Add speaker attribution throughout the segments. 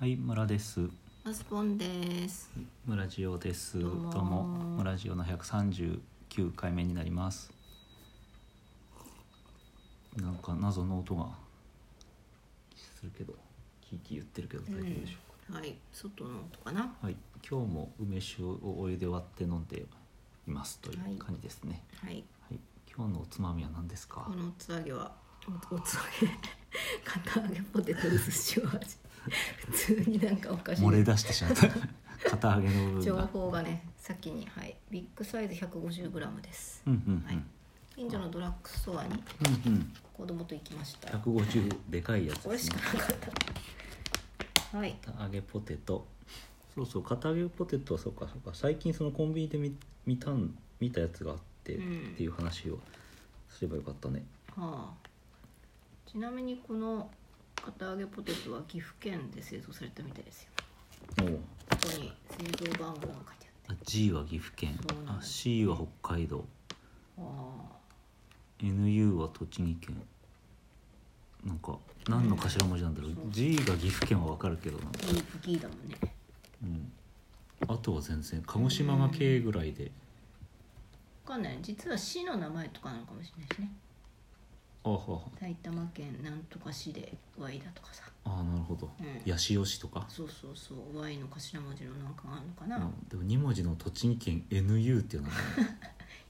Speaker 1: はい、村です。
Speaker 2: マスポンです。
Speaker 1: 村ジオです。ど
Speaker 2: ど
Speaker 1: う
Speaker 2: うも
Speaker 1: も、村ジオの139回目になります。なんか謎の音が。するけど、キーキー言ってるけど、大丈夫でしょうか。
Speaker 2: はい、外の音かな。
Speaker 1: はい、今日も梅酒をお湯で割って飲んでいますとい
Speaker 2: はいう
Speaker 1: 感じですね。
Speaker 2: はい、
Speaker 1: はい、今日のおつまみは何ですか
Speaker 2: こ。のおつ揚げは、おおつ揚げ。 片揚げポテト薄塩味。 普通になんかおかしい
Speaker 1: 漏。れ出してしま った。片揚げの部分
Speaker 2: 情
Speaker 1: が。
Speaker 2: 報がね、先に、はい、ビッグサイズ1 5 0グラムです。
Speaker 1: うんうん
Speaker 2: はい近所のドラッグストアに
Speaker 1: うん。うんうん。
Speaker 2: 子供と行きました。
Speaker 1: 百五十でかいやつ
Speaker 2: これ
Speaker 1: です
Speaker 2: し
Speaker 1: ね
Speaker 2: か。なかった。はい、
Speaker 1: 片揚げポテトそうそう片揚げポテトはそうかそうか最近そのコンビニで見見たん見たやつがあって、
Speaker 2: うん
Speaker 1: っていう話をすればよかったね
Speaker 2: はあ。ちなみに、この。片揚げポテトは岐阜県で製造されたみたいですよ。
Speaker 1: もう
Speaker 2: ここに製造番号が書いてあって。
Speaker 1: あ G は岐阜県
Speaker 2: そうなん
Speaker 1: あ
Speaker 2: です
Speaker 1: C は北海道
Speaker 2: ああ。
Speaker 1: NU は栃木県なんか何の頭文字なんだろう、
Speaker 2: うんそう
Speaker 1: G が岐阜県はわかるけどな、
Speaker 2: ギーギーだもんね
Speaker 1: うん、あとは全然鹿児島が K ぐらいで、
Speaker 2: わかんない実は市の名前とかなのかもしれないしね
Speaker 1: あはは
Speaker 2: 埼玉県なんとか市で Y だとかさ
Speaker 1: ああなるほど、
Speaker 2: うん
Speaker 1: 八潮市とか
Speaker 2: そうそうそう Y の頭文字のなんかがあるのかな、
Speaker 1: うんでも2文字の栃木県 NU っていうのは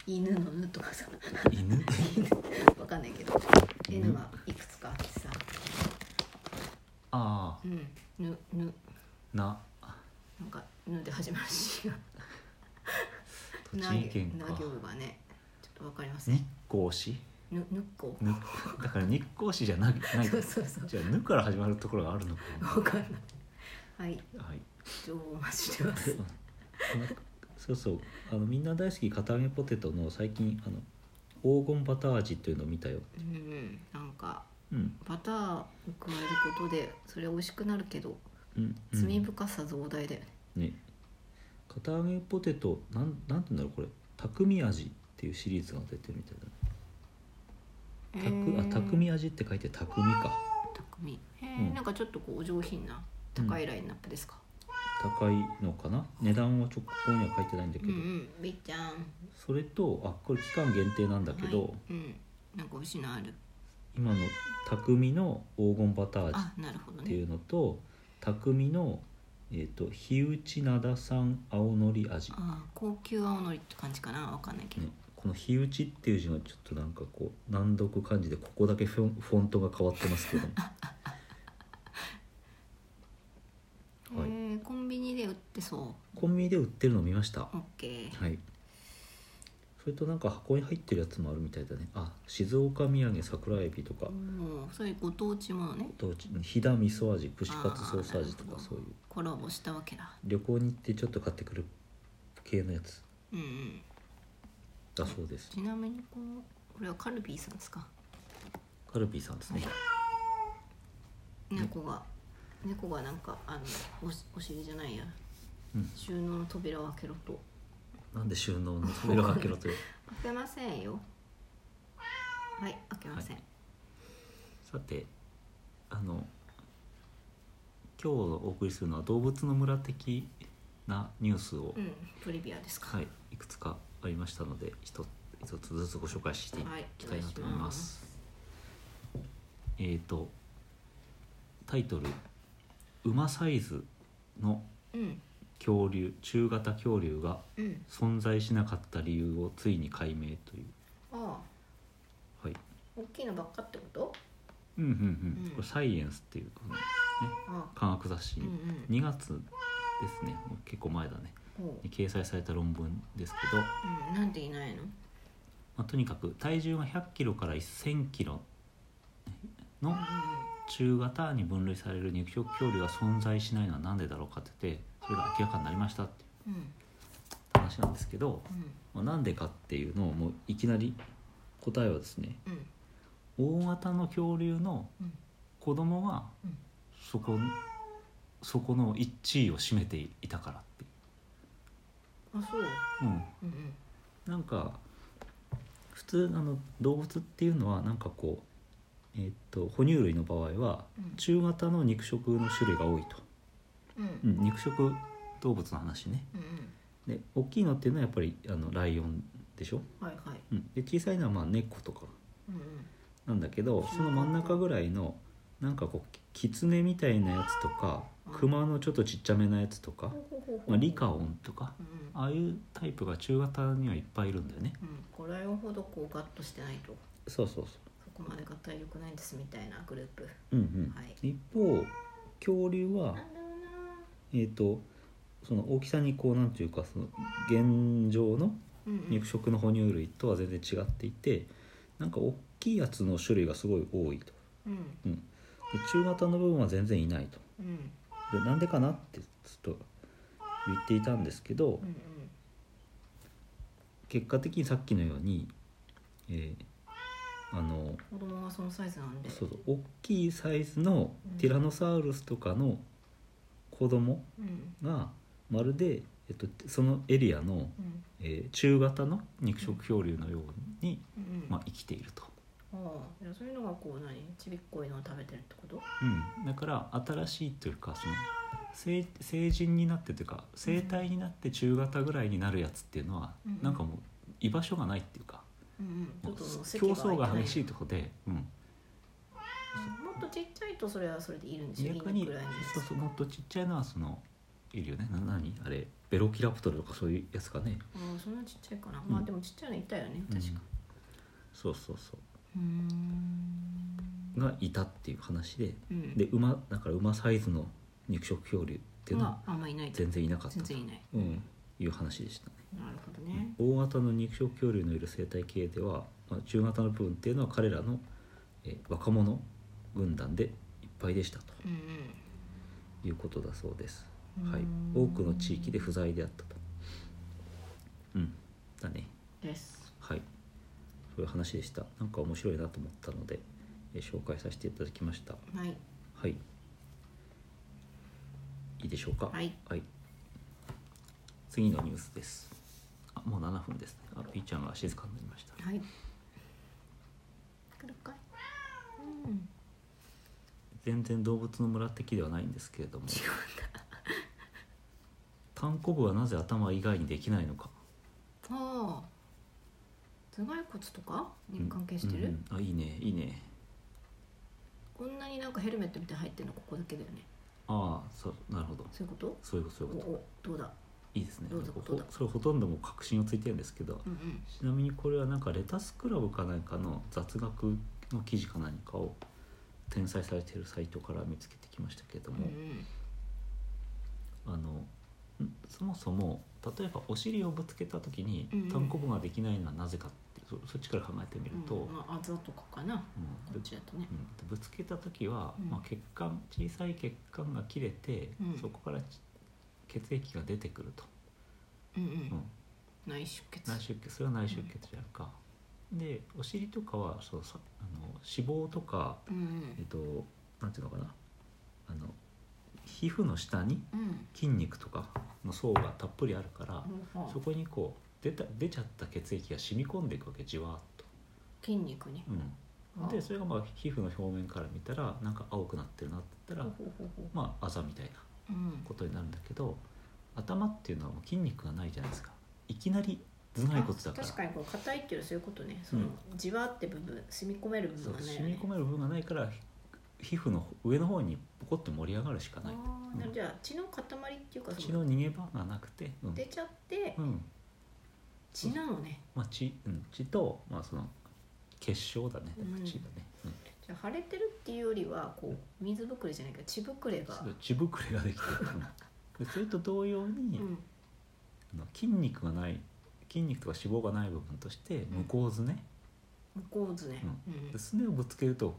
Speaker 2: 犬の「ぬ」とかさ
Speaker 1: 犬
Speaker 2: わかんないけど「
Speaker 1: ぬ
Speaker 2: N」がいくつかあってさ
Speaker 1: あ
Speaker 2: 「うん、ぬ」ぬ
Speaker 1: あな
Speaker 2: なんか「ぬ」で始まるし
Speaker 1: 栃木県か
Speaker 2: な行がねちょっとわかりません
Speaker 1: 日光市
Speaker 2: 「ぬ」ぬっこ
Speaker 1: ぬだから日光市じゃなない
Speaker 2: そうそうそう
Speaker 1: じゃあ「ぬ」から始まるところがあるのか
Speaker 2: わかんないはい
Speaker 1: なはい
Speaker 2: 情報お待ちしてます
Speaker 1: うんそうそうあのみんな大好き片揚げポテトの最近あの黄金バター味っていうのを見たよ
Speaker 2: うんうんなんか
Speaker 1: うん
Speaker 2: バターを加えることでそれ美味しくなるけど
Speaker 1: うん、うん、
Speaker 2: 罪深さ増大だよね、
Speaker 1: ね片揚げポテトなんなんて言うんだろうこれ匠味っていうシリーズが出てるみたいだね
Speaker 2: え
Speaker 1: たくあ匠味って書いて匠か
Speaker 2: 匠へ
Speaker 1: う
Speaker 2: ー
Speaker 1: ん
Speaker 2: なんかちょっとこうお上品な高いラインナップですか、
Speaker 1: 高いのかな値段はちょここには書いてないんだ
Speaker 2: う
Speaker 1: け
Speaker 2: ん、う
Speaker 1: ど、
Speaker 2: んみっちゃん
Speaker 1: それとあこれ期間限定なんだけど、
Speaker 2: はいうんなんか美味しいのある
Speaker 1: 今の匠の黄金バター味
Speaker 2: あなるほど
Speaker 1: ってい
Speaker 2: ね
Speaker 1: うのと匠のえっ、と日内灘産青のり味、
Speaker 2: あー高級青のりって感じかなわかんないけど、
Speaker 1: ね、この日内っていう字がちょっとなんかこう難読漢字でここだけフォンフォントが変わってますけどもはい
Speaker 2: へーコンビニで売ってそ
Speaker 1: コンビニで売ってるの見ました
Speaker 2: うオッケー
Speaker 1: はい。それとなんか箱に入ってるやつもあるみたいだね。あ、静岡土産桜エビとか、
Speaker 2: もうそういうご当地ものね
Speaker 1: と飛騨味噌味、串カツソース味と
Speaker 2: あーなるほ
Speaker 1: か
Speaker 2: ど
Speaker 1: そういう
Speaker 2: コラボしたわけだ
Speaker 1: 旅行に行ってちょっと買ってくる系のやつ
Speaker 2: うんうん
Speaker 1: だそうです。
Speaker 2: ちなみにこのこれはカルビーさんですか
Speaker 1: カルビーさんですね。
Speaker 2: 猫が猫がなんかあのおしお尻じゃないや
Speaker 1: うん。
Speaker 2: 収納の扉を開けろと
Speaker 1: なんで収納の扉を開けろ という。
Speaker 2: 開けませんよはい開けません、
Speaker 1: さて、あの今日お送りするのは動物の村的なニュースを、
Speaker 2: うんトリビアですか
Speaker 1: はい、いくつかありましたので、一つ一つずつご紹介していき
Speaker 2: はい
Speaker 1: きたいなと思います。えっ、とタイトル「馬サイズの
Speaker 2: お願いし
Speaker 1: 恐竜中型恐竜が
Speaker 2: ますうんうん
Speaker 1: 存在しなかった理由をついに解明」という
Speaker 2: ああ
Speaker 1: はい
Speaker 2: 大きいのばっかってこと
Speaker 1: うんうんうん、
Speaker 2: うん
Speaker 1: これ「サイエンス」っていうあの
Speaker 2: ああ
Speaker 1: 科学雑誌
Speaker 2: うんう
Speaker 1: に、2
Speaker 2: ん
Speaker 1: 月ですねもう結構前だね
Speaker 2: ほう
Speaker 1: に掲載された論文ですけど、ま
Speaker 2: うんなんでいないの
Speaker 1: あ、とにかく体重が1 0 0キロから1 0 0 0キロの中型に分類される肉食恐竜が存在しないのは何でだろうかって言ってそれが明らかになりましたっていう
Speaker 2: うんうん
Speaker 1: 話なんですけど、
Speaker 2: うん
Speaker 1: まあ、なんでかっていうのをもういきなり答えはですね
Speaker 2: うん
Speaker 1: 大型の恐竜の
Speaker 2: うん
Speaker 1: 子供が
Speaker 2: うん
Speaker 1: そこそこの1位を占めていたからってい
Speaker 2: うんあそう
Speaker 1: う、うん、
Speaker 2: うんうん
Speaker 1: なんか普通あの動物っていうのはなんかこう、えーっと哺乳類の場合は
Speaker 2: うん
Speaker 1: 中型の肉食の種類が多いと。
Speaker 2: うん
Speaker 1: う、ん肉食動物の話ね
Speaker 2: うん
Speaker 1: で大きいのっていうのはやっぱりあのライオンでしょ、
Speaker 2: うん、はいはい、
Speaker 1: うん、で小さいのはまあ猫とか
Speaker 2: うん
Speaker 1: なんだけどその真ん中ぐらいのなんかこうキツネみたいなやつとか熊のちょっとちっちゃめなやつとか、
Speaker 2: うん、
Speaker 1: まあ、リカオンとか
Speaker 2: うんうん、
Speaker 1: ああいうタイプが中型にはいっぱいいるんだよね
Speaker 2: うん、これほどこうガッとしてないと
Speaker 1: そうそうそ
Speaker 2: そこまでが体力ないんですみたいなグループ
Speaker 1: ううんうん、
Speaker 2: はい
Speaker 1: 一方恐竜は
Speaker 2: なんだろうな
Speaker 1: えっ、とその大きさにこうなんていうかその現状の
Speaker 2: うんうん
Speaker 1: 肉食の哺乳類とは全然違っていてなんか大きいやつの種類がすごい多いと
Speaker 2: うん
Speaker 1: で中型の部分は全然いないと
Speaker 2: うん
Speaker 1: でなんでかなってずっと言っていたんですけど
Speaker 2: うん
Speaker 1: 結果的にさっきのように、えーあの
Speaker 2: うん子供はそのサイズなんで
Speaker 1: そうそう大きいサイズのティラノサウルスとかの子供
Speaker 2: うん
Speaker 1: がまるで、えっと、そのエリアの、
Speaker 2: うん
Speaker 1: えー中型の肉食恐竜のように、
Speaker 2: うんうん
Speaker 1: まあ、生きていると、
Speaker 2: ああいやそういうのがこう何ちびっこいのを食べてるってこと
Speaker 1: うん、だから新しいというかその成成人になってというか生体になって中型ぐらいになるやつっていうのは、
Speaker 2: うん
Speaker 1: なんかもう居場所がないっていうか、
Speaker 2: うんうんちょっと
Speaker 1: もう
Speaker 2: 席
Speaker 1: 競争が
Speaker 2: 空
Speaker 1: 激しい
Speaker 2: て
Speaker 1: とこで、うん、
Speaker 2: ないもっとちっちゃいとそれはそれでいるんでしょ
Speaker 1: 逆に
Speaker 2: いいぐらいのや
Speaker 1: そうそうもっとちっちゃいのはそのいるよねな何あれベロキラプトルとかそういうやつかね、
Speaker 2: つああそんなちっちゃいかな、まあでもちっちゃいのいたよね
Speaker 1: うん
Speaker 2: 確か
Speaker 1: そうそうそう
Speaker 2: うん
Speaker 1: うがいたっていう話で
Speaker 2: うん
Speaker 1: で馬だから馬サイズの肉食恐竜っていうのは
Speaker 2: まああんまいないと
Speaker 1: 全然いなかった
Speaker 2: 全
Speaker 1: と、
Speaker 2: 然いない
Speaker 1: うん、いう話でしたね
Speaker 2: なるほどね
Speaker 1: 大型の肉食恐竜のいる生態系では、まあ、中型の部分っていうのは彼らの、えー若者軍団でいっぱいでしたと
Speaker 2: うん
Speaker 1: いうことだそうです、
Speaker 2: うん
Speaker 1: はい、多くの地域で不在であったとうんだね
Speaker 2: です
Speaker 1: はいそういう話でしたなんか面白いなと思ったので、えー紹介させていただきました
Speaker 2: はい
Speaker 1: はいいいでしょうか
Speaker 2: はい、
Speaker 1: 次のニュースですあもう7分ですねあピーちゃんが静かになりました
Speaker 2: はい来るかいうん
Speaker 1: 全然動物の村的ではないんですけれども
Speaker 2: 違うんだ
Speaker 1: タンコブはなぜ頭以外にできないのか
Speaker 2: ああ頭蓋骨とかに関係してる、
Speaker 1: うんうんあいいねいいね
Speaker 2: こんなになんかヘルメットみたいに入ってるのここだけだよね
Speaker 1: ああそうなるほど
Speaker 2: そういうこと
Speaker 1: そういうことそうい
Speaker 2: お
Speaker 1: うこと
Speaker 2: おどうだ
Speaker 1: いいですね
Speaker 2: どうぞ
Speaker 1: ほ
Speaker 2: どうぞ
Speaker 1: それほとんどもう確信をついてるんですけど
Speaker 2: うんうん
Speaker 1: ちなみにこれはなんかレタスクラブか何かの雑学の記事か何かを転載されているサイトから見つけてきましたけれど
Speaker 2: うん
Speaker 1: も、
Speaker 2: うん
Speaker 1: あのんそもそも例えばお尻をぶつけた時に
Speaker 2: うんうん
Speaker 1: 単コブができないのはなぜかってそそっちから考えてみると、
Speaker 2: うんまああざとかかな
Speaker 1: うん
Speaker 2: こ
Speaker 1: ぶ
Speaker 2: っちだとね
Speaker 1: うんぶつけた時は、
Speaker 2: うん
Speaker 1: まあ、血管小さい血管が切れて、
Speaker 2: うん
Speaker 1: そこからち血液が出てくると、
Speaker 2: うんう
Speaker 1: うんん
Speaker 2: 内出血
Speaker 1: 内出血それは内出血じゃんか、でお尻とかはそうさあの脂肪とか
Speaker 2: うん
Speaker 1: えっとなんていうのかなあの皮膚の下に
Speaker 2: うんうん
Speaker 1: 筋肉とかの層がたっぷりあるから、
Speaker 2: ほうほ
Speaker 1: そうこにこう出た出ちゃった血液が染み込んでいくわけじわーっと、
Speaker 2: 筋肉に
Speaker 1: うん、でそれがまあ皮膚の表面から見たらなんか青くなってるなって言った
Speaker 2: ほ
Speaker 1: ら
Speaker 2: う、ほうほうほう
Speaker 1: まああざみたいな
Speaker 2: うん
Speaker 1: ことになるんだけど頭っていうのはもう筋肉がないじゃないですかいきなり頭蓋骨だから
Speaker 2: あ確かにこう硬いっていうのはそういうことねその、じわって部分染み込める部
Speaker 1: そ
Speaker 2: 分
Speaker 1: う
Speaker 2: がないよ
Speaker 1: 染み
Speaker 2: ね
Speaker 1: 込める部分がないから皮膚の上の方にポコッと盛り上がるしか
Speaker 2: あ
Speaker 1: ない
Speaker 2: ーなるじゃあ血の塊っていうか
Speaker 1: 血
Speaker 2: その
Speaker 1: の逃げ場がなくて、うん
Speaker 2: 出ちゃって
Speaker 1: うん
Speaker 2: 血なのね
Speaker 1: まあ、血うん血と、まあ、その結晶だね
Speaker 2: うん
Speaker 1: 血だね、うん
Speaker 2: じゃあ腫れてるっていうよりはこう水ぶくれじゃないけど血ぶくれが
Speaker 1: そう血ぶくれができてる、 うんでそれと同様に、
Speaker 2: うん
Speaker 1: あの筋肉がない筋肉とか脂肪がない部分として向こうすね、
Speaker 2: 向こうずね、うん
Speaker 1: すねをぶつけると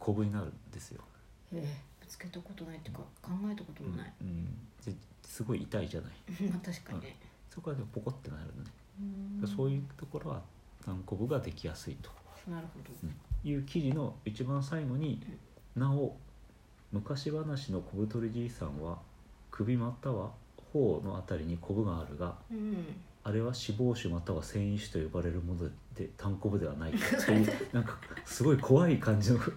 Speaker 1: コブになるんですよ、
Speaker 2: へえぶつけたことないっていうか考えたこともない、
Speaker 1: うん、ですごい痛いじゃない
Speaker 2: まあ確かにね、
Speaker 1: そこはでもポコってなるのね、
Speaker 2: うん
Speaker 1: そういうところは軟コブができやすいと
Speaker 2: なるほど、
Speaker 1: いう記事の一番最後に、なお昔話の小太りじいさんは首または頬のあたりにコブがあるが
Speaker 2: うん、
Speaker 1: あれは脂肪腫または繊維腫と呼ばれるもので単コブではないというなんかすごい怖い感じの言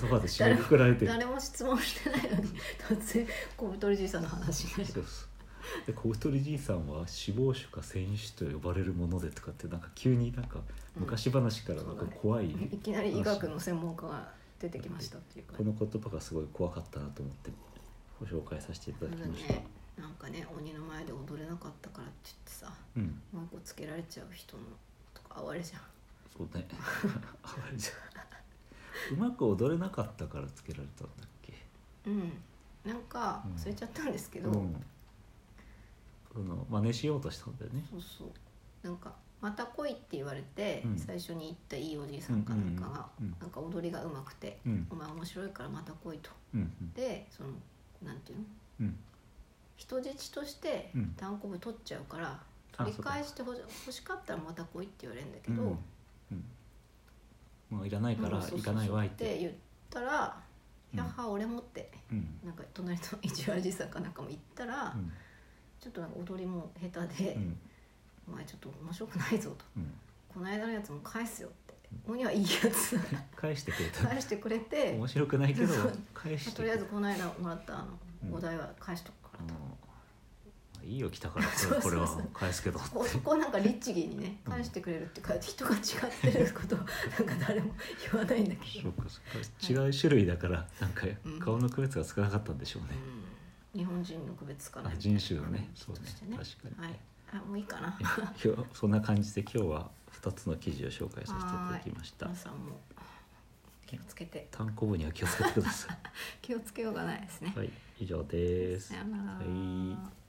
Speaker 1: 葉で締めくくられてる
Speaker 2: 誰も質問してないのに突然小太りじいさんの話になる
Speaker 1: そうそうで小太りじいさんは死亡種か戦種と呼ばれるものでとかってなんか急になんか昔話からなんか怖い、
Speaker 2: いきなり医学の専門家が出てきましたっていうか
Speaker 1: この言葉がすごい怖かったなと思ってご紹介させていただきました、
Speaker 2: ねなんかね鬼の前で踊れなかったからって言ってさ
Speaker 1: うん
Speaker 2: 文句つけられちゃう人のとか哀れじゃん
Speaker 1: そうね あれじゃんうまく踊れなかったからつけられたんだっけ
Speaker 2: うんなんか
Speaker 1: うん
Speaker 2: 忘れちゃったんですけど、
Speaker 1: うんその真似しようとしたんだよね
Speaker 2: そうそうなんか「また来い」って言われて、
Speaker 1: うん
Speaker 2: 最初に行ったいいおじいさんかなんかが、
Speaker 1: うんうんうん
Speaker 2: なんか踊りがうまくて
Speaker 1: う
Speaker 2: 「
Speaker 1: ん
Speaker 2: お前面白いからまた来い」と。
Speaker 1: うん
Speaker 2: でそのなんていうの
Speaker 1: うんうん
Speaker 2: 人質として
Speaker 1: うん
Speaker 2: 単行部取っちゃうから、
Speaker 1: あ
Speaker 2: 取り返してほし欲しかったらまた来いって言われるんだけ
Speaker 1: うん
Speaker 2: ど、
Speaker 1: うんもういらないから行かないわいっ
Speaker 2: ってて言ったら「
Speaker 1: うん
Speaker 2: やっは俺も」って
Speaker 1: うん
Speaker 2: なんか隣の一おじさんかなんかも行ったら、
Speaker 1: うん
Speaker 2: ちょっとなんか踊りも下手で、
Speaker 1: うん
Speaker 2: お前ちょっと面白くないぞ」と
Speaker 1: うん
Speaker 2: 「この間のやつも返すよ」って「鬼はいいやつだ
Speaker 1: 返してくれた
Speaker 2: 返してくれて、ま
Speaker 1: 面白くないけど
Speaker 2: そう
Speaker 1: 返し
Speaker 2: あ
Speaker 1: て
Speaker 2: とりあえずこの間もらったあ
Speaker 1: うん
Speaker 2: のお題は返しとくから
Speaker 1: うん
Speaker 2: と、
Speaker 1: まあいいよ来たからこれ
Speaker 2: そう
Speaker 1: こ
Speaker 2: そう
Speaker 1: れ
Speaker 2: そう
Speaker 1: は返すけど
Speaker 2: そこそこなんか律儀にね
Speaker 1: うん
Speaker 2: 返してくれるっていうか人が違ってることをなんか誰も言わないんだけ
Speaker 1: そ
Speaker 2: ど
Speaker 1: う、かそうか違う種類だからなんか
Speaker 2: うん
Speaker 1: 顔の区別が少なかったんでしょうね、
Speaker 2: うん、日本人の区別つかな
Speaker 1: あ
Speaker 2: い
Speaker 1: 人種のね
Speaker 2: 人
Speaker 1: そう
Speaker 2: と
Speaker 1: ね
Speaker 2: してね
Speaker 1: 確かにね、
Speaker 2: はいあもういいかな
Speaker 1: 今日そんな感じで今日は2つの記事を紹介させていただきました
Speaker 2: 皆さんも気をつけて
Speaker 1: 単行部には気をつけてください
Speaker 2: 気をつけようがないですね、
Speaker 1: はい以上です
Speaker 2: さよなら、
Speaker 1: はい